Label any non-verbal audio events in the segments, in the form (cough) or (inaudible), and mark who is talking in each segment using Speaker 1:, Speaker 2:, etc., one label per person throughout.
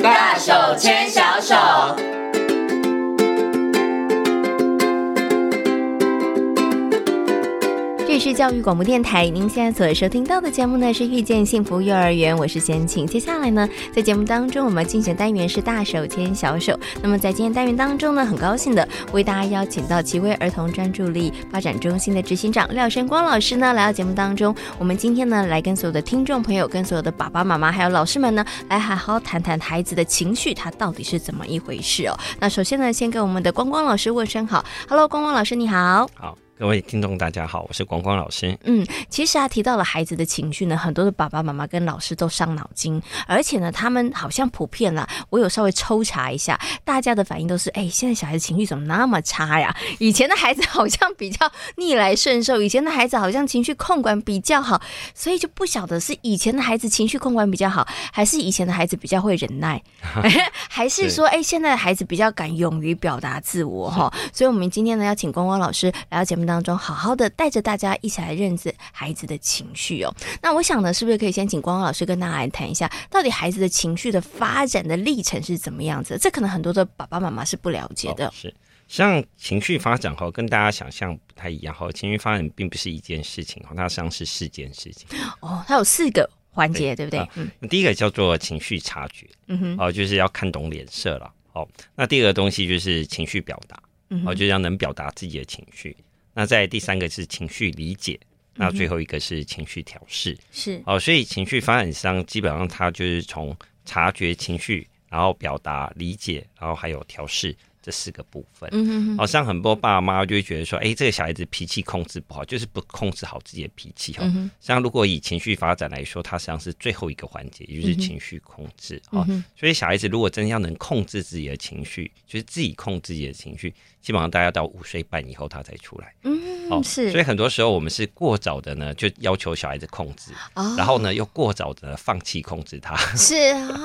Speaker 1: 大手牵小手。
Speaker 2: 这里是教育广播电台，您现在所收听到的节目呢是《遇见幸福幼儿园》，我是贤琴。接下来呢，在节目当中，我们竞选单元是大手牵小手。那么在今天单元当中呢，很高兴的为大家邀请到奇威儿童专注力发展中心的执行长廖山光老师呢来到节目当中。我们今天呢，来跟所有的听众朋友、跟所有的爸爸妈妈还有老师们呢，来好好谈谈孩子的情绪，它到底是怎么一回事哦。那首先呢，先跟我们的光光老师问声好，Hello，光光老师你 (laughs) 好。
Speaker 3: 好，各位听众大家好，我是光光老师。
Speaker 2: 嗯，其实啊，提到了孩子的情绪呢，很多的爸爸妈妈跟老师都伤脑筋，而且呢，他们好像普遍啦，我有稍微抽查一下，大家的反应都是，哎，现在小孩子情绪怎么那么差呀？以前的孩子好像比较逆来顺受，以前的孩子好像情绪控管比较好，所以就不晓得是以前的孩子情绪控管比较好，还是以前的孩子比较会忍耐，还是说，哎，现在的孩子比较敢勇于表达自我哈？所以，我们今天呢，要请光光老师来到节目当中，好好的带着大家一起来认识孩子的情绪哦。那我想呢，是不是可以先请光光老师跟大家来谈一下，到底孩子的情绪的发展的历程是怎么样子？这可能很多的爸爸妈妈是不了解的
Speaker 3: 哦、。是，像情绪发展哈，跟大家想象不太一样哈。情绪发展并不是一件事情哦哈，它实际上是四件事情。
Speaker 2: 哦，它有四个环节，对不对
Speaker 3: 啊？
Speaker 2: 嗯
Speaker 3: 那第一个叫做情绪察觉，
Speaker 2: 嗯哼，
Speaker 3: 哦，就是要看懂脸色了。哦，那第二个东西就是情绪表达，
Speaker 2: 嗯
Speaker 3: 哦，
Speaker 2: 哼，
Speaker 3: 就是要能表达自己的情绪。那在第三个是情绪理解，那
Speaker 2: 嗯
Speaker 3: 最后一个是情绪调试。
Speaker 2: 是，
Speaker 3: 哦，所以情绪发展商基本上它就是从察觉情绪，然后表达、理解，然后还有调试这四个部分。
Speaker 2: 嗯哼哼，
Speaker 3: 好、像很多爸妈就会觉得说，哎，这个小孩子脾气控制不好，就是不控制好自己的脾气哦。
Speaker 2: 嗯哼，
Speaker 3: 像如果以情绪发展来说，它实际上是最后一个环节，也就是
Speaker 2: 嗯哼
Speaker 3: 情绪控制
Speaker 2: 嗯
Speaker 3: 哦。
Speaker 2: 哼，
Speaker 3: 所以小孩子如果真要能控制自己的情绪，就是自己控制自己的情绪，基本上大概到五岁半以后他才出来。
Speaker 2: 嗯，
Speaker 3: 所以
Speaker 2: 是，
Speaker 3: 很多时候我们是过早的呢，就要求小孩子控制，
Speaker 2: 哦
Speaker 3: 然后呢又过早的放弃控制他。 (laughs)
Speaker 2: 是
Speaker 3: 哦，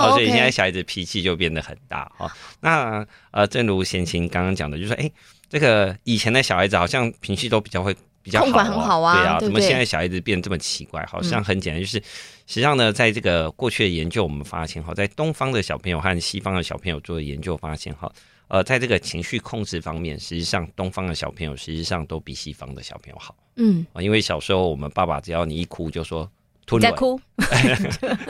Speaker 2: 哦，
Speaker 3: (laughs) 所以现在
Speaker 2: OK
Speaker 3: 小孩子脾气就变得很大哦。那呃，正如贤琴刚刚讲的，就说哎，这个以前的小孩子好像脾气都比较会。比较好、哦，
Speaker 2: 控管很好啊
Speaker 3: 对啊，
Speaker 2: 对嗯
Speaker 3: 怎
Speaker 2: 不
Speaker 3: 么
Speaker 2: 对
Speaker 3: 现在小孩子变得这么奇怪？好像很简单，就是实际上呢，在这个过去的研究，我们发现哦哈，在东方的小朋友和西方的小朋友做的研究发现哈，呃，在这个情绪控制方面，实际上东方的小朋友实际上都比西方的小朋友好
Speaker 2: 嗯，
Speaker 3: 啊，因为小时候我们爸爸只要你一哭就说
Speaker 2: 你
Speaker 3: 吞
Speaker 2: 在
Speaker 3: 了，
Speaker 2: 哭，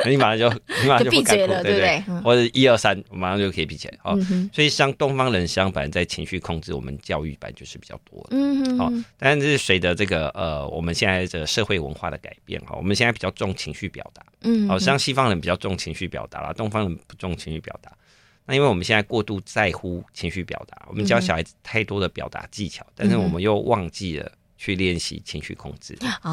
Speaker 3: 你马上就你马上
Speaker 2: 就
Speaker 3: 就不
Speaker 2: 闭
Speaker 3: 敢
Speaker 2: 嘴
Speaker 3: 哭，
Speaker 2: 了，
Speaker 3: 对
Speaker 2: 不
Speaker 3: 对
Speaker 2: 对？嗯
Speaker 3: 或者一二三，我马上就可以比起来哦。
Speaker 2: 嗯哼，
Speaker 3: 所以像东方人相反，在情绪控制，我们教育版就是比较多的。
Speaker 2: 嗯哼
Speaker 3: 好
Speaker 2: 哼，
Speaker 3: 但是随着这个呃，我们现在这个社会文化的改变哈，我们现在比较重情绪表达，
Speaker 2: 嗯，
Speaker 3: 好、
Speaker 2: 嗯
Speaker 3: 像西方人比较重情绪表达啦，东方人不重情绪表达。那因为我们现在过度在乎情绪表达，我们
Speaker 2: 嗯
Speaker 3: 教小孩子太多的表达技巧，但是我们又忘记了去练习情绪控制。
Speaker 2: 哦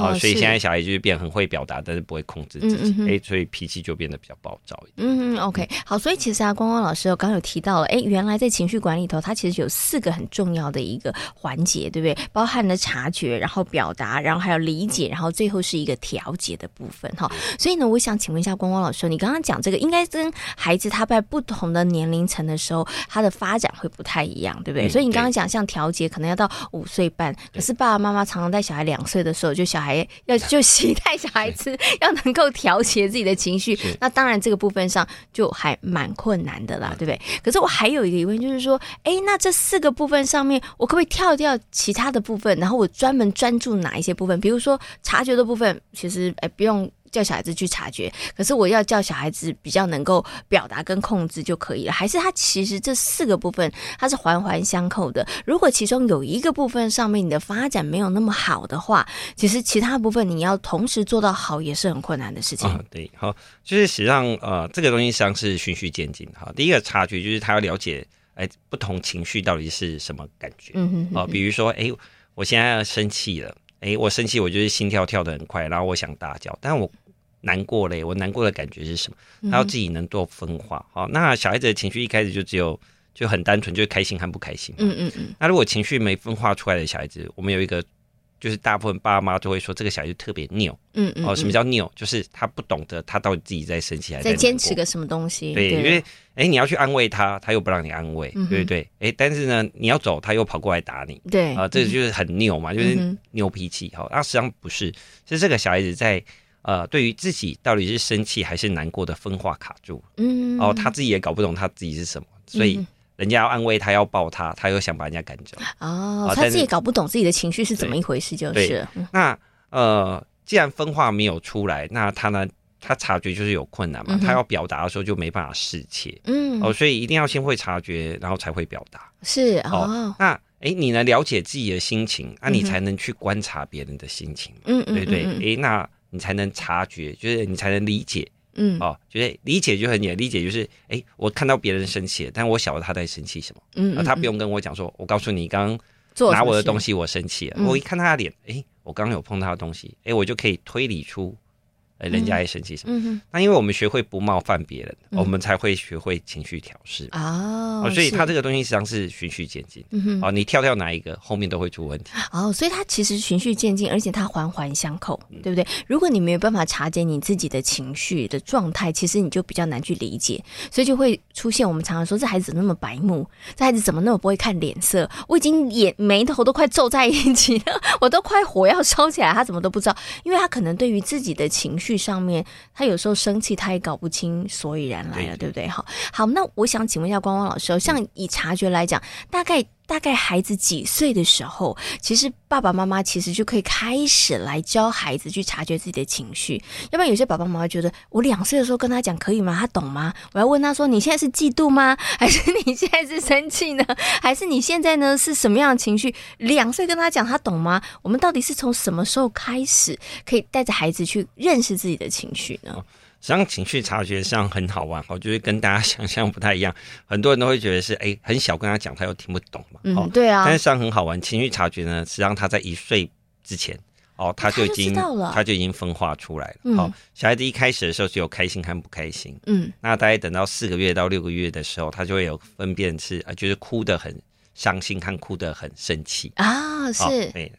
Speaker 3: 哦，，所以
Speaker 2: 是
Speaker 3: 现在小孩就是变很会表达，但是不会控制自己，
Speaker 2: 嗯嗯
Speaker 3: 哎、
Speaker 2: 哼
Speaker 3: 所以脾气就变得比较暴躁一点。
Speaker 2: 嗯嗯，OK，好，所以其实啊，光光老师我刚刚有提到了，哎，原来在情绪管理头，它其实有四个很重要的一个环节，对不对？包含了察觉，然后表达，然后还有理解，然后最后是一个调节的部分哈。
Speaker 3: 嗯
Speaker 2: 所以呢，我想请问一下光光老师，你刚刚讲这个，应该跟孩子他在不同的年龄层的时候，他的发展会不太一样，对不对？
Speaker 3: 嗯
Speaker 2: 所以你刚刚讲像调节，可能要到五岁半，可是爸爸妈妈常常在小孩两岁的时候，就小孩要就期待小孩子 (laughs) 要能够调节自己的情绪
Speaker 3: 是，
Speaker 2: 那当然这个部分上就还蛮困难的啦，对不对？可是我还有一个疑问，就是说，哎，那这四个部分上面，我可不可以跳掉其他的部分，然后我专门专注哪一些部分？比如说察觉的部分，其实哎不用叫小孩子去察觉，可是我要叫小孩子比较能够表达跟控制就可以了。还是他其实这四个部分它是环环相扣的。如果其中有一个部分上面你的发展没有那么好的话，其实其他部分你要同时做到好也是很困难的事情。
Speaker 3: 啊、对，好，就是实际上呃，这个东西实际上是循序渐进的。哈，第一个察觉就是他要了解，哎，不同情绪到底是什么感觉。
Speaker 2: 嗯哼
Speaker 3: 哦、
Speaker 2: 哼，
Speaker 3: 比如说，哎，我现在生气了，哎，我生气，我就是心跳跳得很快，然后我想大叫，但我难过嘞，我难过的感觉是什么？
Speaker 2: 嗯
Speaker 3: 他要自己能做分化。好、那小孩子的情绪一开始就只有就很单纯，就是开心和不开心。
Speaker 2: 嗯嗯嗯，
Speaker 3: 那如果情绪没分化出来的小孩子，我们有一个。就是大部分爸妈都会说这个小孩子特别拗，
Speaker 2: 嗯嗯，
Speaker 3: 哦，什么
Speaker 2: 叫
Speaker 3: 叫拗？就是他不懂得他到底自己在生气还是
Speaker 2: 在
Speaker 3: 难
Speaker 2: 坚持
Speaker 3: 过
Speaker 2: 个什么东西？
Speaker 3: 对，因为哎，你要去安慰他，他又不让你安慰，
Speaker 2: 嗯哼
Speaker 3: 对不对？哎，但是呢，你要走，他又跑过来打你啊
Speaker 2: 对嗯
Speaker 3: 啊、这就是很拗嘛，就是
Speaker 2: 嗯哼
Speaker 3: 拗脾气哈。那、实际上不是，是这个小孩子在呃，对于自己到底是生气还是难过的分化卡住，
Speaker 2: 嗯，
Speaker 3: 哦，他自己也搞不懂他自己是什么，所以
Speaker 2: 嗯
Speaker 3: 人家要安慰他，要抱他，他又想把人家赶走。
Speaker 2: 哦
Speaker 3: 哦，
Speaker 2: 他
Speaker 3: 但
Speaker 2: 自己
Speaker 3: 是
Speaker 2: 搞不懂自己的情绪是怎么一回事，就是嗯
Speaker 3: 对那呃，既然分化没有出来，那他呢，他察觉就是有困难嘛，
Speaker 2: 嗯哼
Speaker 3: 他要表达的时候就没办法释切。
Speaker 2: 嗯，
Speaker 3: 哦，所以一定要先会察觉，然后才会表达。
Speaker 2: 是
Speaker 3: 哦
Speaker 2: 哦，，
Speaker 3: 那诶，你能了解自己的心情，那、
Speaker 2: 嗯
Speaker 3: 你
Speaker 2: 哼
Speaker 3: 才能去观察别人的心情嘛，
Speaker 2: 嗯嗯，
Speaker 3: 对不对？
Speaker 2: 嗯
Speaker 3: 诶，那你才能察觉，就是你才能理解
Speaker 2: 嗯
Speaker 3: 哦。就是理解就很简单，理解就是诶，我看到别人生气了，但我晓得他在生气什么，
Speaker 2: 嗯
Speaker 3: 而
Speaker 2: 嗯，
Speaker 3: 哦啊他不
Speaker 2: 嗯
Speaker 3: 用跟我讲说，我告诉你，刚
Speaker 2: 做
Speaker 3: 拿我的东
Speaker 2: 西，
Speaker 3: 西，我生气了。
Speaker 2: 嗯
Speaker 3: 我一看他的脸，诶，我刚刚有碰他的东西，诶，我就可以推理出，诶，人家在生气什么。
Speaker 2: 嗯
Speaker 3: 那因为我们学会不冒犯别人，
Speaker 2: 嗯
Speaker 3: 我们才会学会情绪调试。
Speaker 2: 哼，哦
Speaker 3: 哦，，所以
Speaker 2: 是
Speaker 3: 它这个东西实际上是循序渐进。
Speaker 2: 嗯哼
Speaker 3: 哦，你跳跳哪一个，后面都会出问题。
Speaker 2: 哦，所以它其实循序渐进，而且它环环相扣，
Speaker 3: 嗯
Speaker 2: 对不对？如果你没有办法察觉你自己的情绪的状态，其实你就比较难去理解，所以就会出现我们常常说这孩子怎么那么白目，这孩子怎么那么不会看脸色？我已经眼眉头都快皱在一起了， (laughs) 我都快火要烧起来，他怎么都不知道？因为他可能对于自己的情绪上面，他有时候生气，他也搞不清所以然来了，对
Speaker 3: 对
Speaker 2: 不对？好，好，那我想请问一下光光老师哦，像以察觉来讲，大概大概孩子几岁的时候，其实爸爸妈妈其实就可以开始来教孩子去察觉自己的情绪，要不然有些爸爸妈妈觉得，我两岁的时候跟他讲可以吗？他懂吗？我要问他说，你现在是嫉妒吗？ (laughs) 还是你现在是生气呢？ (laughs) 还是你现在呢是什么样的情绪？两岁跟他讲，他懂吗？我们到底是从什么时候开始可以带着孩子去认识自己的情绪
Speaker 3: 哦
Speaker 2: 呢？
Speaker 3: 实际上，情绪察觉上很好玩哦，就是跟大家想象不太一样。很多人都会觉得是，哎，很小跟他讲，他又听不懂嘛。
Speaker 2: 嗯，
Speaker 3: 哦，
Speaker 2: 对啊
Speaker 3: 但，是实际上很好玩。情绪察觉呢，实际上他在一岁之前，哦，他就已
Speaker 2: 他就知
Speaker 3: 经
Speaker 2: 道了
Speaker 3: 就已经分化出来
Speaker 2: 嗯
Speaker 3: 了。哦，小孩子一开始的时候只有开心和不开心，
Speaker 2: 嗯
Speaker 3: 那大概等到四个月到六个月的时候，他就会有分辨是，呃，就是哭得很伤心和哭得很生气。
Speaker 2: 啊，是、
Speaker 3: 哦对，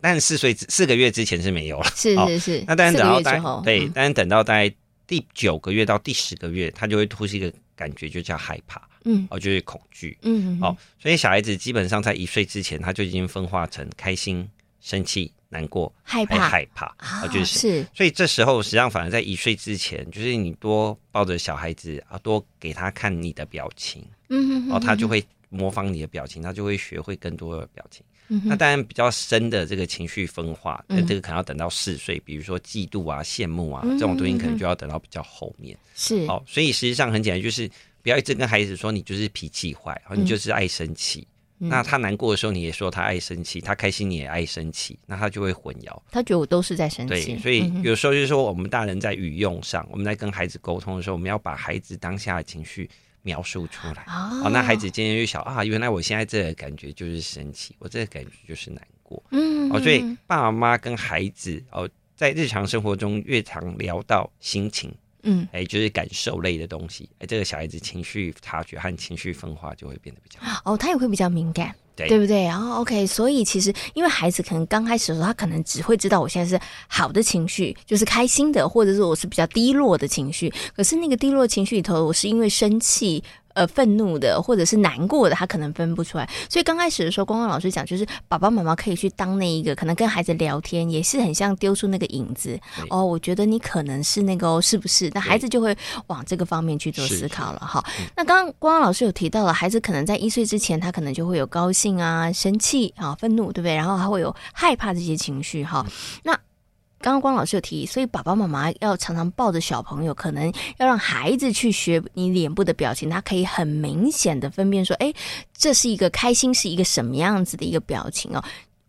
Speaker 3: 但四岁之四个月之前是没有了。
Speaker 2: 是
Speaker 3: 哦
Speaker 2: 是是，
Speaker 3: 那当然
Speaker 2: 四
Speaker 3: 等
Speaker 2: 个
Speaker 3: 到
Speaker 2: 月
Speaker 3: 大
Speaker 2: 之
Speaker 3: 概
Speaker 2: 后，
Speaker 3: 对，
Speaker 2: 嗯
Speaker 3: 但是等到大概第九个月到第十个月，他就会突出一个感觉，就叫害怕，
Speaker 2: 嗯
Speaker 3: 哦，就是恐惧。
Speaker 2: 嗯，嗯
Speaker 3: 哦，所以小孩子基本上在一岁之前，他就已经分化成开心、生气、难过、
Speaker 2: 害
Speaker 3: 还
Speaker 2: 怕
Speaker 3: 害怕，
Speaker 2: 啊
Speaker 3: 哦，就是。
Speaker 2: 是
Speaker 3: 所以这时候，实际上反而在一岁之前，就是你多抱着小孩子啊，多给他看你的表情，
Speaker 2: 嗯，
Speaker 3: 哦，他就会模仿你的表情，他就会学会更多的表情。
Speaker 2: 嗯哼
Speaker 3: 那当然比较深的这个情绪分化，
Speaker 2: 嗯
Speaker 3: 那这个可能要等到四岁，比如说嫉妒啊、羡慕啊
Speaker 2: 嗯
Speaker 3: 这种东西，可
Speaker 2: 嗯
Speaker 3: 能
Speaker 2: 嗯
Speaker 3: 就要等到比较后面。
Speaker 2: 是
Speaker 3: 好、所以实际上很简单，就是不要一直跟孩子说你就是脾气坏，哦你就是爱生
Speaker 2: 嗯
Speaker 3: 气。那他难过的时候，你也说他爱生气，他开心你也爱生气，那他就会混淆。
Speaker 2: 他觉得我都是在生气，
Speaker 3: 对，所以
Speaker 2: 嗯哼
Speaker 3: 有时候就是说，我们大人在语用上，我们在跟孩子沟通的时候，我们要把孩子当下的情绪描述出来。
Speaker 2: 哦
Speaker 3: 哦，那孩子今天就想啊，原来我现在这个感觉就是生气，我这个感觉就是难过。
Speaker 2: 嗯
Speaker 3: 哦，所以
Speaker 2: 嗯
Speaker 3: 爸爸妈妈跟孩子哦，在日常生活中越常聊到心情，
Speaker 2: 嗯
Speaker 3: 哎，就是感受类的东西，哎，这个小孩子情绪察觉和情绪分化就会变得比较好。
Speaker 2: 哦，他也会比较敏感。
Speaker 3: 对
Speaker 2: 对不对？然后 OK，所以其实因为孩子可能刚开始的时候，他可能只会知道我现在是好的情绪，就是开心的，或者是我是比较低落的情绪。可是那个低落情绪里头，我是因为生气。呃，愤怒的或者是难过的，他可能分不出来。所以刚开始的时候，光光老师讲，就是爸爸妈妈可以去当那一个，可能跟孩子聊天，也是很像丢出那个影子。
Speaker 3: 对
Speaker 2: 哦，我觉得你可能是那个哦，是不是？那孩子就会往这个方面去做
Speaker 3: 是
Speaker 2: 思
Speaker 3: 是嗯
Speaker 2: 考了哈。那刚刚光光老师有提到了，孩子可能在一岁之前，他可能就会有高兴啊、生气啊、愤怒，对不对？然后还会有害怕这些情绪哈。那刚刚光老师有提议，所以爸爸妈妈要常常抱着小朋友，可能要让孩子去学你脸部的表情，他可以很明显的分辨说，哎，这是一个开心，是一个什么样子的一个表情哦。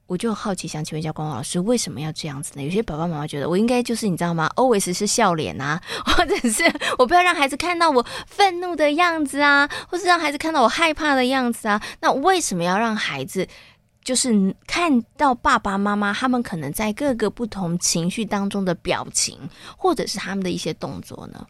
Speaker 2: 我就好奇想请问一下光光老师，为什么要这样子呢？有些爸爸妈妈觉得我应该就是你知道吗，always 是笑脸啊， (laughs) 或者是我不要让孩子看到我愤怒的样子啊，或是让孩子看到我害怕的样子啊。那为什么要让孩子就是看到爸爸妈妈他们可能在各个不同情绪当中的表情，或者是他们的一些动作呢？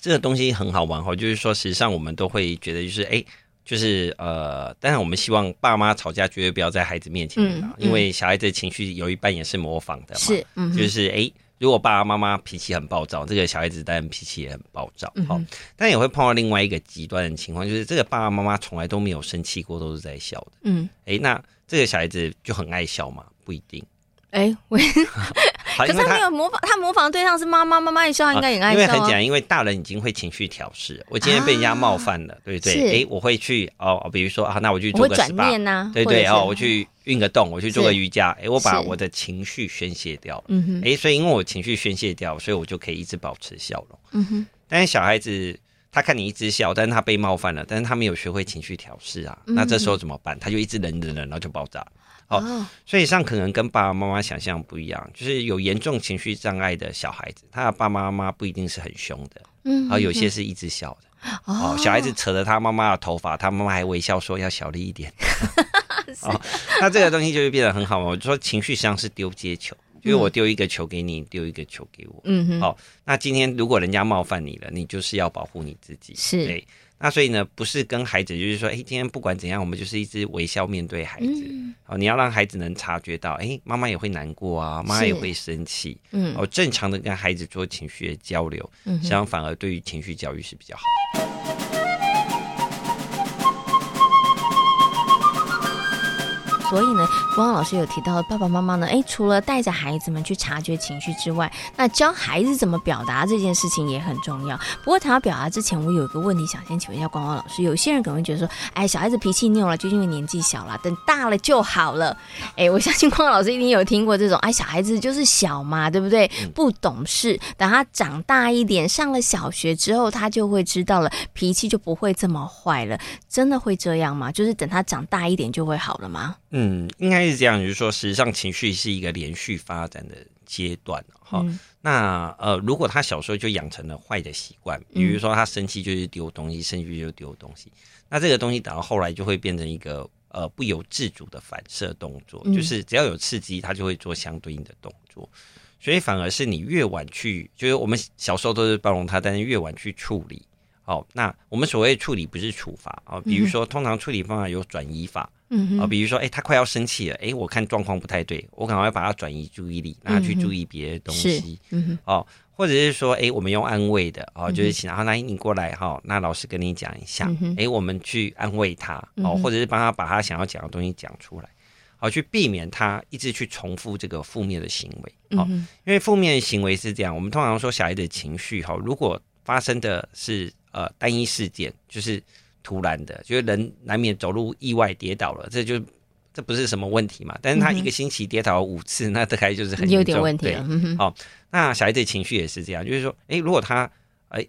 Speaker 3: 这个东西很好玩哈，哦就是说，实际上我们都会觉得就是哎。就是呃，当然我们希望爸妈吵架绝对不要在孩子面前啦，
Speaker 2: 嗯嗯
Speaker 3: 因为小孩子的情绪有一半也是模仿的嘛。
Speaker 2: 是，嗯哼，
Speaker 3: 就是诶，如果爸爸妈妈脾气很暴躁，这个小孩子当然脾气也很暴躁，
Speaker 2: 嗯
Speaker 3: 好、
Speaker 2: 哼
Speaker 3: 但也会碰到另外一个极端的情况，就是这个爸爸妈妈从来都没有生气过，都是在笑的。
Speaker 2: 嗯，
Speaker 3: 诶，那这个小孩子就很爱笑嘛？不一定，
Speaker 2: 哎、我可
Speaker 3: 好，啊因
Speaker 2: 是
Speaker 3: 为
Speaker 2: 他没
Speaker 3: 他
Speaker 2: 有模仿，他模仿的对象是妈妈，妈妈你说他应该也
Speaker 3: 啊
Speaker 2: 爱
Speaker 3: 因为很
Speaker 2: 笑
Speaker 3: 简
Speaker 2: 啊。
Speaker 3: 单，因为大人已经会情绪调试。我今天被人家冒犯了，对不对？
Speaker 2: 是
Speaker 3: 诶，我会去哦，比如说啊，那我去
Speaker 2: 我
Speaker 3: 做
Speaker 2: 会
Speaker 3: 个
Speaker 2: 转
Speaker 3: SPA，
Speaker 2: 念呐、
Speaker 3: 对
Speaker 2: 或者
Speaker 3: 对
Speaker 2: 是
Speaker 3: 哦，我去运个动，我去做
Speaker 2: 是
Speaker 3: 个瑜伽，诶，我把
Speaker 2: 是
Speaker 3: 我的情绪宣泄掉。
Speaker 2: 嗯哼，
Speaker 3: 诶，所以因为我情绪宣泄掉，所以我就可以一直保持笑容。
Speaker 2: 嗯哼，
Speaker 3: 但是小孩子他看你一直笑，但是他被冒犯了，但是他没有学会情绪调试啊，
Speaker 2: 嗯
Speaker 3: 那这时候怎么办？他就一直忍忍忍，然后就爆炸。好
Speaker 2: 哦，
Speaker 3: 所以上可能跟爸爸妈妈想象不一样，就是有严重情绪障碍的小孩子，他的爸爸妈妈不一定是很凶的，
Speaker 2: 嗯
Speaker 3: 然后哦有些是一直笑的。
Speaker 2: 哦
Speaker 3: 哦，小孩子扯着他妈妈的头发，他妈妈还微笑说要小力一
Speaker 2: (laughs)
Speaker 3: 点。 (laughs) 哦，那这个东西就会变得很好玩。我就说情绪实际上是丢接球，就是我丢一个球给你，你丢一个球给我。
Speaker 2: 嗯哼，
Speaker 3: 好那今天如果人家冒犯你了，你就是要保护你自己。
Speaker 2: 是
Speaker 3: 对。那所以呢，不是跟孩子，就是说，哎，今天不管怎样，我们就是一直微笑面对孩子。
Speaker 2: 嗯
Speaker 3: 哦，你要让孩子能察觉到，哎，妈妈也会难过啊，妈妈
Speaker 2: 是
Speaker 3: 也会生气。
Speaker 2: 嗯
Speaker 3: 哦，正常的跟孩子做情绪的交流，
Speaker 2: 嗯
Speaker 3: 实际
Speaker 2: 哼，
Speaker 3: 上反而对于情绪教育是比较好。
Speaker 2: 所以呢，光光老师有提到爸爸妈妈呢，哎，除了带着孩子们去察觉情绪之外，那教孩子怎么表达这件事情也很重要。不过谈到表达之前，我有一个问题想先请问一下光光老师，有些人可能会觉得说，哎，小孩子脾气拗了，就因为年纪小了，等大了就好了。哎，我相信光光老师一定有听过这种，哎，小孩子就是小嘛，对不对？不懂事，等他长大一点，上了小学之后，他就会知道了，脾气就不会这么坏了。真的会这样吗？就是等他长大一点就会好了吗？
Speaker 3: 嗯，应该是这样，就是说，实际上情绪是一个连续发展的阶段哈、
Speaker 2: 嗯
Speaker 3: 那呃，如果他小时候就养成了坏的习惯，比
Speaker 2: 嗯
Speaker 3: 如说他生气就是丢东西，生气就丢东西，那这个东西等到后来就会变成一个呃不由自主的反射动作，
Speaker 2: 嗯
Speaker 3: 就是只要有刺激，他就会做相对应的动作。所以反而是你越晚去，就是我们小时候都是包容他，但是越晚去处理。哦，那我们所谓处理不是处罚哦，比如说通常处理方法有转移法，
Speaker 2: 嗯
Speaker 3: 啊、
Speaker 2: 哼，
Speaker 3: 比如说，哎、他快要生气了，哎、我看状况不太对，我赶快把他转移注意力，让他去
Speaker 2: 嗯哼
Speaker 3: 注意别的东
Speaker 2: 是
Speaker 3: 西，
Speaker 2: 嗯哼，
Speaker 3: 哦，或者是说，哎、我们用安慰的，哦，
Speaker 2: 嗯
Speaker 3: 就是请他来，你过来哈、那老师跟你讲一下，哎
Speaker 2: 嗯、哼
Speaker 3: 我们去安慰他，
Speaker 2: 嗯
Speaker 3: 哦，
Speaker 2: 哼
Speaker 3: 或者是帮他把他想要讲的东西讲出来，好、去避免他一直去重复这个负面的行为，哦好、
Speaker 2: 嗯哼，
Speaker 3: 因为负面行为是这样，我们通常说小孩的情绪哈，如果发生的是呃单一事件，就是突然的，就是人难免走路意外跌倒了，这就这不是什么问题嘛。但是他一个星期跌倒五次，那大概就是
Speaker 2: 嗯
Speaker 3: 很
Speaker 2: 有
Speaker 3: 严
Speaker 2: 点
Speaker 3: 重
Speaker 2: 问题
Speaker 3: 对
Speaker 2: 了，嗯哼，
Speaker 3: 那小孩子的情绪也是这样，就是说，诶，如果他诶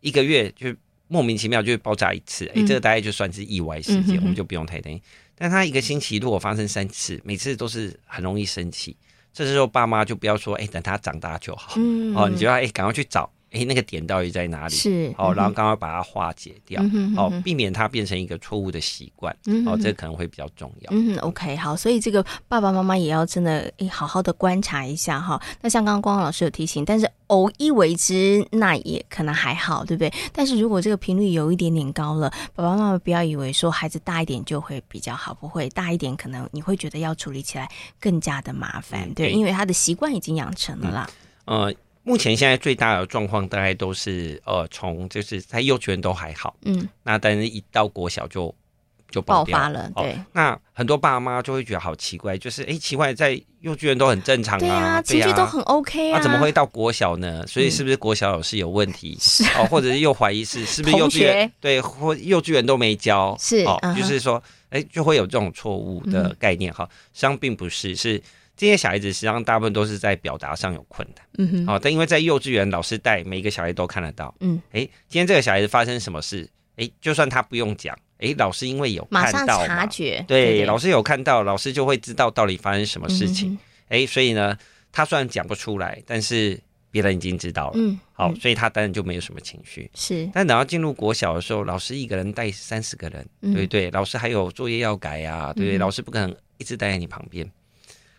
Speaker 3: 一个月就莫名其妙就爆炸一次，诶，
Speaker 2: 嗯
Speaker 3: 这个大概就算是意外事
Speaker 2: 嗯哼
Speaker 3: 件，
Speaker 2: 哼
Speaker 3: 我们就不用太担心。但他一个星期如果发生三次，每次都是很容易生气，这时候爸妈就不要说，诶，等他长大就好，
Speaker 2: 嗯
Speaker 3: 哦，你就要诶，赶快去找，诶，那个点到底在哪里？
Speaker 2: 是
Speaker 3: 哦，然后赶快把它化解掉，
Speaker 2: 嗯哼
Speaker 3: 哦，避免它变成一个错误的习惯，
Speaker 2: 嗯
Speaker 3: 哦，
Speaker 2: 哼
Speaker 3: 这可能会比较重要。
Speaker 2: 嗯，OK，好，所以这个爸爸妈妈也要真的诶好好的观察一下哈。那像刚刚光光老师有提醒，但是偶一为之，那也可能还好，对不对？但是如果这个频率有一点点高了，爸爸妈妈不要以为说孩子大一点就会比较好，不会大一点可能你会觉得要处理起来更加的麻烦，
Speaker 3: 嗯
Speaker 2: 对，
Speaker 3: 对
Speaker 2: 因为他的习惯已经养成了啦。
Speaker 3: 呃，目前现在最大的状况大概都是呃，从就是在幼稚园都还好，
Speaker 2: 嗯，
Speaker 3: 那但是一到国小就就
Speaker 2: 爆
Speaker 3: 爆掉
Speaker 2: 发了，
Speaker 3: 哦
Speaker 2: 对。
Speaker 3: 那很多爸妈就会觉得好奇怪，就是哎、诶奇怪，在幼稚园都很正常
Speaker 2: 对
Speaker 3: 啊，
Speaker 2: 情绪
Speaker 3: 对啊
Speaker 2: 都很 OK
Speaker 3: 啊，怎么会到国小呢？所以是不是国小老师有问题？
Speaker 2: 是
Speaker 3: 哦，或者是又怀
Speaker 2: (laughs)
Speaker 3: 疑是是不是幼稚
Speaker 2: 同
Speaker 3: 园
Speaker 2: 学
Speaker 3: 对或幼稚园都没教
Speaker 2: 是
Speaker 3: 哦
Speaker 2: 嗯哼嗯
Speaker 3: 就是说哎就会有这种错误的概念哈。实际上并不是，是这些小孩子实际上大部分都是在表达上有困难。
Speaker 2: 嗯哼，
Speaker 3: 哦，但因为在幼稚园老师带，每一个小孩都看得到。
Speaker 2: 嗯，
Speaker 3: 哎，今天这个小孩子发生什么事？哎，就算他不用讲，哎，老师因为有
Speaker 2: 马
Speaker 3: 看
Speaker 2: 上
Speaker 3: 到嘛
Speaker 2: 察觉，
Speaker 3: 对，老
Speaker 2: 师
Speaker 3: 师有看到，老师就会知道到底发生什么
Speaker 2: 嗯
Speaker 3: 事情。，哎、所以呢，他虽然讲不出来，但是别人已经知道了。
Speaker 2: 嗯哼，嗯
Speaker 3: 好，
Speaker 2: 嗯
Speaker 3: 所以他当然就没有什么情绪。
Speaker 2: 是，
Speaker 3: 但等到进入国小的时候，老师一个人带三十个人，
Speaker 2: 嗯
Speaker 3: 对不对？老师还有作业要改啊，对不对？
Speaker 2: 嗯
Speaker 3: 老师不可能一直待在你旁边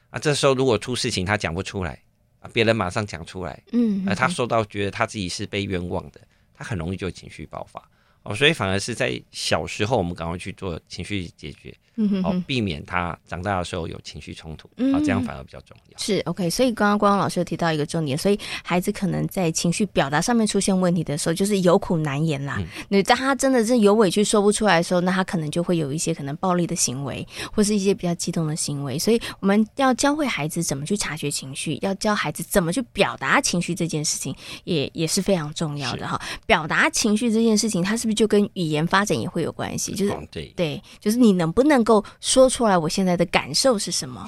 Speaker 3: 啊。这时候如果出事情，他讲不出来啊，别人马上讲出来，
Speaker 2: 嗯，
Speaker 3: 呃而他
Speaker 2: 嗯
Speaker 3: 受到觉得他自己是被冤枉的，他很容易就情绪爆发。哦，所以反而是在小时候我们赶快去做情绪解决，
Speaker 2: 嗯哼
Speaker 3: 哦
Speaker 2: 哼，
Speaker 3: 避免他长大的时候有情绪冲突，
Speaker 2: 嗯
Speaker 3: 哦，这样反而比较重要。
Speaker 2: 是 OK，所以刚刚光光老师有提到一个重点，所以孩子可能在情绪表达上面出现问题的时候，就是有苦难言啦。那当他真的是有委屈说不出来的时候，那他可能就会有一些可能暴力的行为，或是一些比较激动的行为。所以我们要教会孩子怎么去察觉情绪，要教孩子怎么去表达情绪这件事情，也也是非常重要的哈。表达情绪这件事情，它是不是就跟语言发展也会有关系？就是
Speaker 3: 嗯，对，
Speaker 2: 对，就是你能不能够说出来我现在的感受是什么？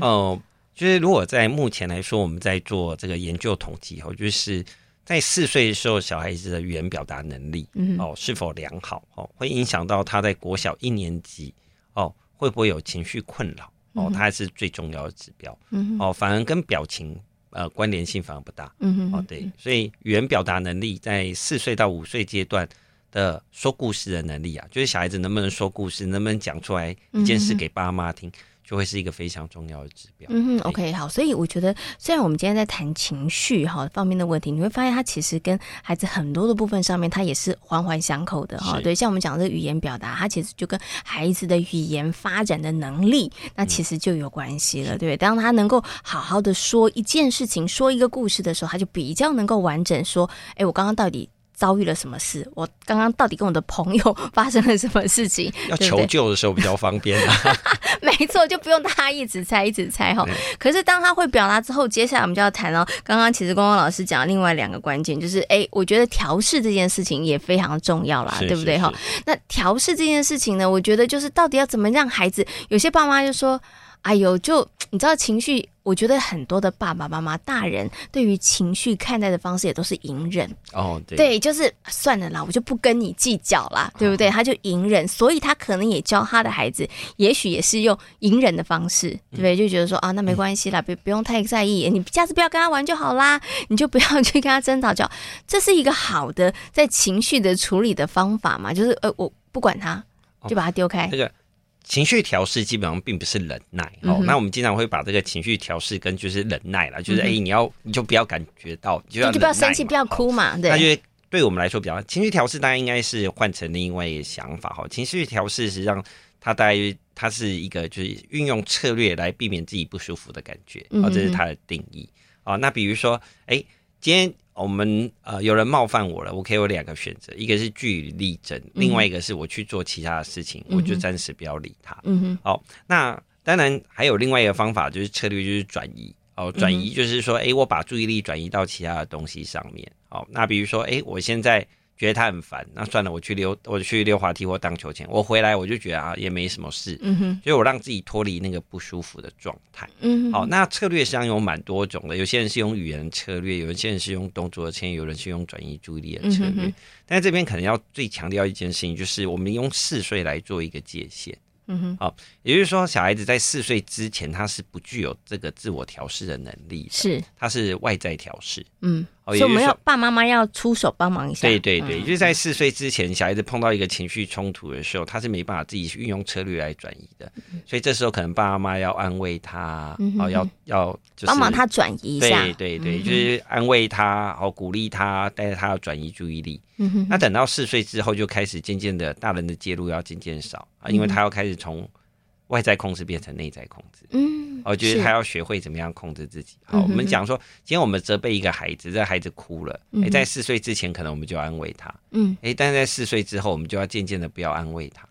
Speaker 3: 哦，就是如果在目前来说，我们在做这个研究统计哦，就是在四岁的时候，小孩子的语言表达能力
Speaker 2: 嗯
Speaker 3: 哦是否良好哦，会影响到他在国小一年级哦会不会有情绪困扰
Speaker 2: 嗯
Speaker 3: 哦，它是最重要的指标
Speaker 2: 嗯哼
Speaker 3: 哦，反而跟表情呃关联性反而不大
Speaker 2: 嗯哼
Speaker 3: 哦，对，所以语言表达能力在四岁到五岁阶段。的说故事的能力啊，就是小孩子能不能说故事，能不能讲出来一件
Speaker 2: 嗯
Speaker 3: 事
Speaker 2: 哼
Speaker 3: 给爸妈听，就会是一个非常重要的指标。哎
Speaker 2: 嗯哼
Speaker 3: 对
Speaker 2: ，OK，好，所以我觉得，虽然我们今天在谈情绪哈方面的问题，你会发现它其实跟孩子很多的部分上面，它也是环环相扣的哈。
Speaker 3: 是
Speaker 2: 对，像我们讲的这个语言表达，它其实就跟孩子的语言发展的能力，那
Speaker 3: 嗯
Speaker 2: 其实就有关系了，对。当他能够好好的说一件事情、说一个故事的时候，他就比较能够完整说，哎，我刚刚到底。遭遇了什么事？我刚刚到底跟我的朋友 (laughs) 发生了什么事情？
Speaker 3: 要
Speaker 2: 对不
Speaker 3: 求
Speaker 2: 对
Speaker 3: 救的时候比较方便、啊。
Speaker 2: (laughs) 没错，就不用大家一直猜一直猜哈
Speaker 3: 对。
Speaker 2: 可是当他会表达之后，接下来我们就要谈哦。刚刚其实光光老师讲的另外两个关键，就是诶，我觉得调试这件事情也非常重要啦，
Speaker 3: 是 (laughs)
Speaker 2: 对不对
Speaker 3: 是
Speaker 2: 哈？
Speaker 3: 是
Speaker 2: 那调试这件事情呢，我觉得就是到底要怎么让孩子，有些爸妈就说：“哎呦，就你知道情绪。”我觉得很多的爸爸妈妈、大人对于情绪看待的方式也都是隐忍，
Speaker 3: 哦，对，
Speaker 2: 对，就是啊算了啦，我就不跟你计较啦，对不
Speaker 3: 哦
Speaker 2: 对？他就隐忍，所以他可能也教他的孩子，也许也是用隐忍的方式，对不对？
Speaker 3: 嗯
Speaker 2: 就觉得说啊，那没关系啦，不不用太在意，你下次不要跟他玩就好啦，你就不要去跟他争吵就好。这是一个好的在情绪的处理的方法嘛，就是呃，我不管他，
Speaker 3: 哦
Speaker 2: 就把他丢开
Speaker 3: 这。个情绪调试基本上并不是忍耐哦。
Speaker 2: 嗯哼
Speaker 3: 那我们经常会把这个情绪调试跟就是忍耐啦，就是
Speaker 2: 嗯哼
Speaker 3: 哎、你要你就不要感觉到，你就要
Speaker 2: 你就不要
Speaker 3: 忍耐
Speaker 2: 生气，
Speaker 3: 嘛
Speaker 2: 不要。
Speaker 3: 哦
Speaker 2: 哭嘛，
Speaker 3: 那就
Speaker 2: 对，
Speaker 3: 是对我们来说比较情绪调试，大家应该是换成另外一个想法哈。情绪调试实际上它大约它是一个就是运用策略来避免自己不舒服的感觉，
Speaker 2: 嗯
Speaker 3: 哦，这是
Speaker 2: 嗯
Speaker 3: 它的定义。哦，那比如说，哎，今天。我们呃，有人冒犯我了，我可以有两个选择，一个是据理力争，另外一个是我去做其他的事情，我
Speaker 2: 嗯嗯
Speaker 3: 就
Speaker 2: 哼
Speaker 3: 暂时不要理他。
Speaker 2: 嗯哼，
Speaker 3: 那当然还有另外一个方法，就是策略就是转移
Speaker 2: 嗯
Speaker 3: 哦，转移就是说，诶，我把注意力转移到其他的东西上面。哦，那比如说，诶，我现在觉得他很烦，那算了，我去溜，我去溜滑梯或荡秋千，我回来我就觉得啊，也没什么事，
Speaker 2: 嗯哼，
Speaker 3: 所以我让自己脱离那个不舒服的状态。
Speaker 2: 嗯
Speaker 3: 好、
Speaker 2: 哼，
Speaker 3: 那策略实际上有蛮多种的，有些人是用语言策略，有些人是用动作的策略，有人是用转移注意力的策
Speaker 2: 嗯哼
Speaker 3: 略。
Speaker 2: 哼
Speaker 3: 但这边可能要最强调一件事情，就是我们用嗜睡来做一个界限。
Speaker 2: 嗯哼，
Speaker 3: 也就是说，小孩子在四岁之前，他是不具有这个自我调试的能力的，
Speaker 2: 是，
Speaker 3: 他是外在调试。
Speaker 2: 嗯，所
Speaker 3: 哦
Speaker 2: 以
Speaker 3: 也
Speaker 2: 我
Speaker 3: 就是
Speaker 2: 们要
Speaker 3: 说
Speaker 2: 爸妈妈要出手帮忙一下，
Speaker 3: 对对对，
Speaker 2: 嗯
Speaker 3: 就是在四岁之前，小孩子碰到一个情绪冲突的时候，他是没办法自己运用策略来转移的，所以这时候可能爸妈要安慰他，
Speaker 2: 嗯哼
Speaker 3: 哦，
Speaker 2: 哼
Speaker 3: 要要就是
Speaker 2: 帮忙他转移一下，
Speaker 3: 对对对，
Speaker 2: 嗯
Speaker 3: 就是安慰他，哦，鼓励他，带着他转移注意力。
Speaker 2: 嗯哼，
Speaker 3: 那等到四岁之后，就开始渐渐的，大人的介入要渐渐少啊，因为他要开始从外在控制变成内在控制。
Speaker 2: 嗯，
Speaker 3: 我觉
Speaker 2: 是
Speaker 3: 得哦他要学会怎么样控制自己。好，
Speaker 2: 嗯哼
Speaker 3: 我们讲说，今天我们责备一个孩子，这孩子哭了，
Speaker 2: 嗯
Speaker 3: 诶，
Speaker 2: 哼
Speaker 3: 在四岁之前可能我们就安慰他，
Speaker 2: 嗯，
Speaker 3: 诶，但是在四岁之后，我们就要渐渐的不要安慰他，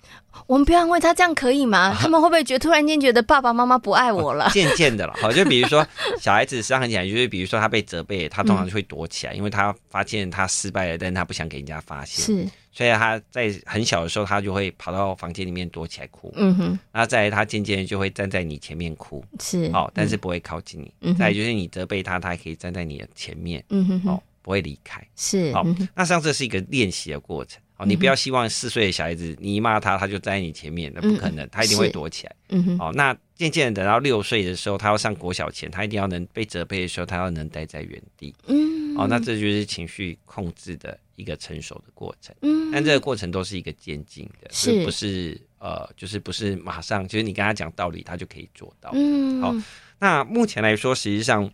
Speaker 2: 我们不要安慰他，这样可以
Speaker 3: (laughs)
Speaker 2: 吗？他们会不会觉得突然间觉得爸爸妈妈不爱我了？
Speaker 3: 渐渐的了。好，就比如说小孩子实际上很简单，就是比如说他被责备，他通
Speaker 2: 嗯
Speaker 3: 常就会躲起来，因为他发现他失败了，但他不想给人家发现，
Speaker 2: 是，
Speaker 3: 所以他在很小的时候，他就会跑到房间里面躲起来哭，
Speaker 2: 嗯哼，
Speaker 3: 然后再来他渐渐地就会站在你前面哭，
Speaker 2: 是，
Speaker 3: 好，但是不会靠近你。
Speaker 2: 嗯哼
Speaker 3: 再来就是你责备他，他还可以站在你的前面。
Speaker 2: 嗯哼哼，
Speaker 3: 哦，不会离开。
Speaker 2: 是，
Speaker 3: 好
Speaker 2: 嗯哼
Speaker 3: 那上这是一个练习的过程。哦，你
Speaker 2: 嗯
Speaker 3: 不要希望四岁的小孩子，你一骂他，他就站在你前面，那不可能，他一定会
Speaker 2: 是
Speaker 3: 躲起来。
Speaker 2: 嗯哼，
Speaker 3: 哦，那渐渐的等到六岁的时候，他要上国小前，他一定要能被责备的时候，他要能待在原地。
Speaker 2: 嗯，
Speaker 3: 哦，那这就是情绪控制的一个成熟的过程。
Speaker 2: 嗯，
Speaker 3: 但这个过程都是一个渐进的，
Speaker 2: 是
Speaker 3: 就不是呃，就是不是马上，就是你跟他讲道理，他就可以做到。
Speaker 2: 嗯，
Speaker 3: 好那目前来说，实际上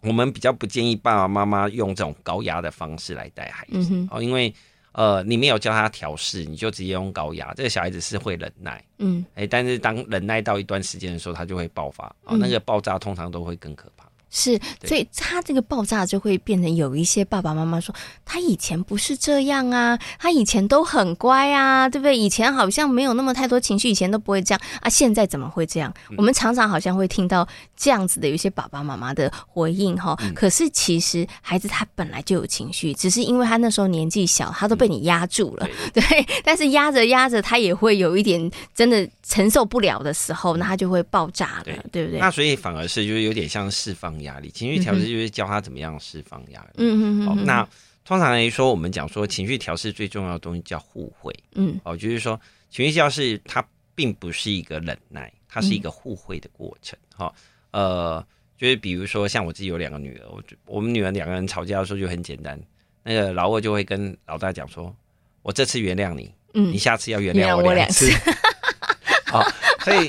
Speaker 3: 我们比较不建议爸爸妈妈用这种高压的方式来带孩子、
Speaker 2: 嗯哼
Speaker 3: 哦，因为呃，你没有教他调试，你就直接用高压，这个小孩子是会忍耐，
Speaker 2: 嗯，
Speaker 3: 哎、但是当忍耐到一段时间的时候，他就会爆发，哦，
Speaker 2: 嗯
Speaker 3: 那个爆炸通常都会更可怕。
Speaker 2: 是，
Speaker 3: 对
Speaker 2: 所以他这个爆炸就会变成有一些爸爸妈妈说，他以前不是这样啊，他以前都很乖啊，对不对？以前好像没有那么太多情绪，以前都不会这样啊，现在怎么会这样？
Speaker 3: 嗯
Speaker 2: 我们常常好像会听到这样子的有一些爸爸妈妈的回应哈、
Speaker 3: 嗯
Speaker 2: 可是其实孩子他本来就有情绪，只是因为他那时候年纪小，他都
Speaker 3: 嗯
Speaker 2: 被你压住了， (laughs) 对，但是压着压着，他也会有一点真的承受不了的时候，那他就会爆炸了，对
Speaker 3: 对
Speaker 2: 不对？嗯
Speaker 3: 那所以反而是就是有点像释放压力，情绪调试就是教他怎么样释放压力。
Speaker 2: 嗯嗯嗯
Speaker 3: 哦
Speaker 2: 嗯，，
Speaker 3: 那通常来说，我们讲说情绪调试最重要的东西叫互惠。
Speaker 2: 嗯
Speaker 3: 哦，就是说情绪教室它并不是一个忍耐，它是一
Speaker 2: 嗯
Speaker 3: 个互惠的过程。哈、呃，就是比如说像我自己有两个女儿，我就我们女儿两个人吵架的时候就很简单，那个老二就会跟老大讲说：“我这次原谅你，
Speaker 2: 嗯
Speaker 3: 你，下次要原
Speaker 2: 原谅
Speaker 3: 谅
Speaker 2: 我
Speaker 3: 两
Speaker 2: 两次。” (laughs)
Speaker 3: 好、所以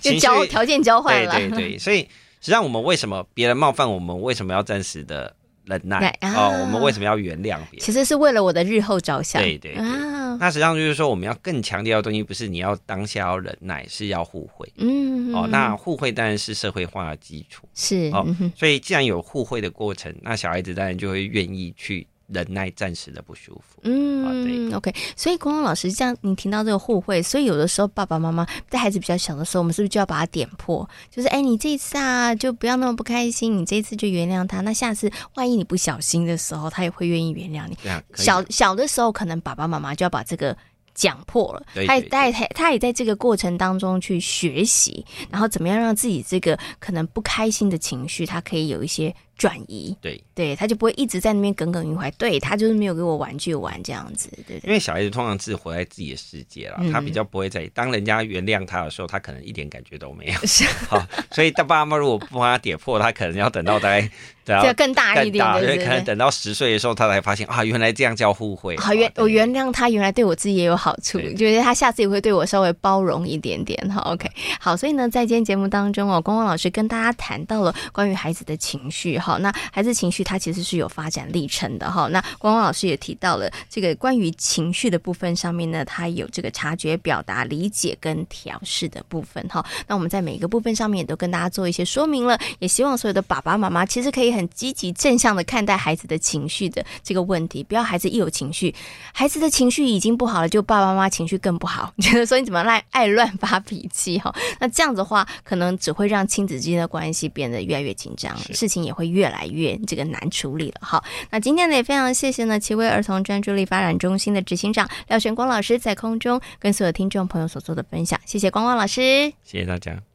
Speaker 2: 就
Speaker 3: 情绪
Speaker 2: 交条件交换了，
Speaker 3: 对对对，所以实际上我们为什么别人冒犯我们，为什么要暂时的忍耐？
Speaker 2: 对啊
Speaker 3: 哦，我们为什么要原谅别人？
Speaker 2: 其实是为了我的日后着想。
Speaker 3: 对对对
Speaker 2: 啊，
Speaker 3: 那实际上就是说，我们要更强调的东西，不是你要当下要忍耐，是要互惠。
Speaker 2: 嗯，
Speaker 3: 哦，那互惠当然是社会化的基础。
Speaker 2: 是
Speaker 3: 哦
Speaker 2: 嗯哼
Speaker 3: 所以，既然有互惠的过程，那小孩子当然就会愿意去忍耐暂时的不舒服。啊
Speaker 2: 嗯
Speaker 3: 对
Speaker 2: ，OK，所以光光老师这样，你听到这个互惠，所以有的时候爸爸妈妈在孩子比较小的时候，我们是不是就要把他点破？就是哎，你这一次啊，就不要那么不开心，你这一次就原谅他，那下次万一你不小心的时候，他也会愿意原谅你。
Speaker 3: 这样可以
Speaker 2: 小小的时候，可能爸爸妈妈就要把这个讲破了。
Speaker 3: 对
Speaker 2: 他也
Speaker 3: 对
Speaker 2: 他也他他也在这个过程当中去学习，然后怎么样让自己这个可能不开心的情绪，他可以有一些转移，
Speaker 3: 对，
Speaker 2: 对，他就不会一直在那边耿耿于怀。对他就是没有给我玩具玩这样子，对
Speaker 3: 因
Speaker 2: 对。
Speaker 3: 为小孩子通常是活在自己的世界啦，
Speaker 2: 嗯
Speaker 3: 他比较不会在当人家原谅他的时候，他可能一点感觉都没有。
Speaker 2: (laughs)
Speaker 3: (laughs)
Speaker 2: 是，
Speaker 3: 好、所以他爸妈如果不帮他点破，他可能要等到大概等
Speaker 2: 这
Speaker 3: 到
Speaker 2: 更大一
Speaker 3: 更
Speaker 2: 点
Speaker 3: 大，
Speaker 2: 的，
Speaker 3: 因
Speaker 2: 对
Speaker 3: 为
Speaker 2: 对
Speaker 3: 可能
Speaker 2: 对。
Speaker 3: 等到十岁的时候，他才发现啊，原来这样叫互惠。
Speaker 2: 好原
Speaker 3: 啊
Speaker 2: 我
Speaker 3: 对
Speaker 2: 原谅他，原来对我自己也有好处，
Speaker 3: 对
Speaker 2: 觉得他下次也会对我稍微包容一点点哈。OK，好，所以呢，在今天节目当中哦，光光老师跟大家谈到了关于孩子的情绪哈。那孩子情绪它其实是有发展历程的哈。那光光老师也提到了这个关于情绪的部分上面呢，它有这个察觉、表达、理解跟调试的部分哈。那我们在每一个部分上面也都跟大家做一些说明了，也希望所有的爸爸妈妈其实可以很积极正向的看待孩子的情绪的这个问题，不要孩子一有情绪，孩子的情绪已经不好了，就爸爸妈妈情绪更不好， (laughs) 觉得说你怎么赖爱乱发脾气哈、那这样子的话，可能只会让亲子之间的关系变得越来越紧张，
Speaker 3: 是
Speaker 2: 事情也会越来越这个难处理了哈。那今天呢，也非常谢谢呢奇威儿童专注力发展中心的执行长廖玄光老师在空中跟所有听众朋友所做的分享，谢谢光光老师。
Speaker 3: 谢谢大家。